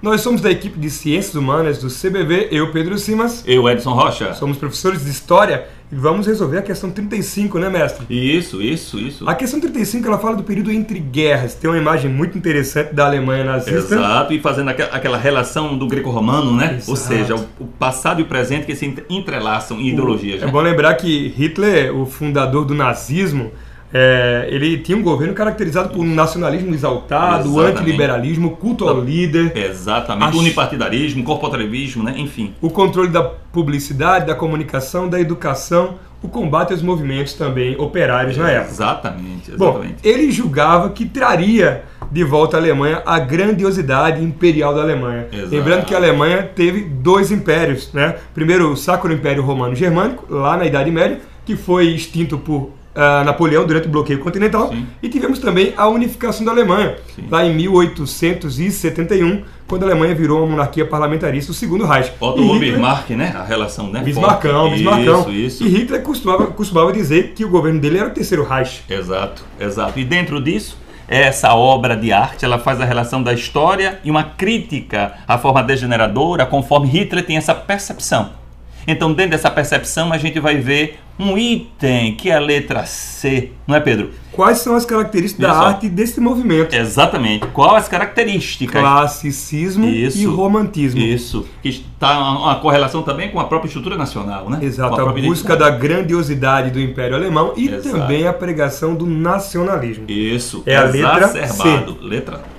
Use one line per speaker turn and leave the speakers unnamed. Nós somos da equipe de Ciências Humanas do CBV, eu, Pedro Simas.
Eu, Edson Rocha.
Somos professores de História e vamos resolver a questão 35, né, mestre?
Isso, isso, isso.
A questão 35 ela fala do período entre guerras. Tem uma imagem muito interessante da Alemanha nazista.
Exato, e fazendo aqua- aquela relação do greco-romano, né?
Exato.
Ou seja, o- o passado e o presente que se entre- entrelaçam em ideologias.
É
né?
bom lembrar que Hitler, o fundador do nazismo, é, ele tinha um governo caracterizado por um nacionalismo exaltado,
Exatamente.
antiliberalismo, culto ao líder,
Exatamente.
Acho-
Unipartidarismo, corporativismo, né? Enfim.
o controle da publicidade, da comunicação, da educação, o combate aos movimentos também operários na época.
Exatamente,
Bom,
exatamente.
ele julgava que traria de volta à Alemanha a grandiosidade imperial da Alemanha.
Exato.
Lembrando que a Alemanha teve dois impérios, né? Primeiro o Sacro Império Romano Germânico, lá na Idade Média, que foi extinto por ah, Napoleão durante o bloqueio continental,
Sim.
e tivemos também a unificação da Alemanha,
Sim.
lá em 1871, quando a Alemanha virou uma monarquia parlamentarista, o segundo Reich.
Otto
E
von
Hitler-
Bismarck, né? A relação, né?
Bismarckão,
Forte.
Bismarckão.
Isso, isso.
E Hitler costumava, costumava dizer que o governo dele era o terceiro Reich.
Exato, exato. E dentro disso, é essa obra de arte, ela faz a relação da história e uma crítica à forma degeneradora, conforme Hitler tem essa percepção. Então, dentro dessa percepção, a gente vai ver um item que é a letra C, não é, Pedro?
Quais são as características
Isso.
da arte desse
É.
movimento?
Exatamente. Qual as características?
Classicismo
Isso.
e romantismo.
Isso. Que está uma, uma correlação também com a própria estrutura nacional, né?
Exato,
Com
a
própria
busca da grandiosidade do Império Alemão e
Exato.
também a pregação do nacionalismo.
Isso.
É a letra
Exacerbado. Letra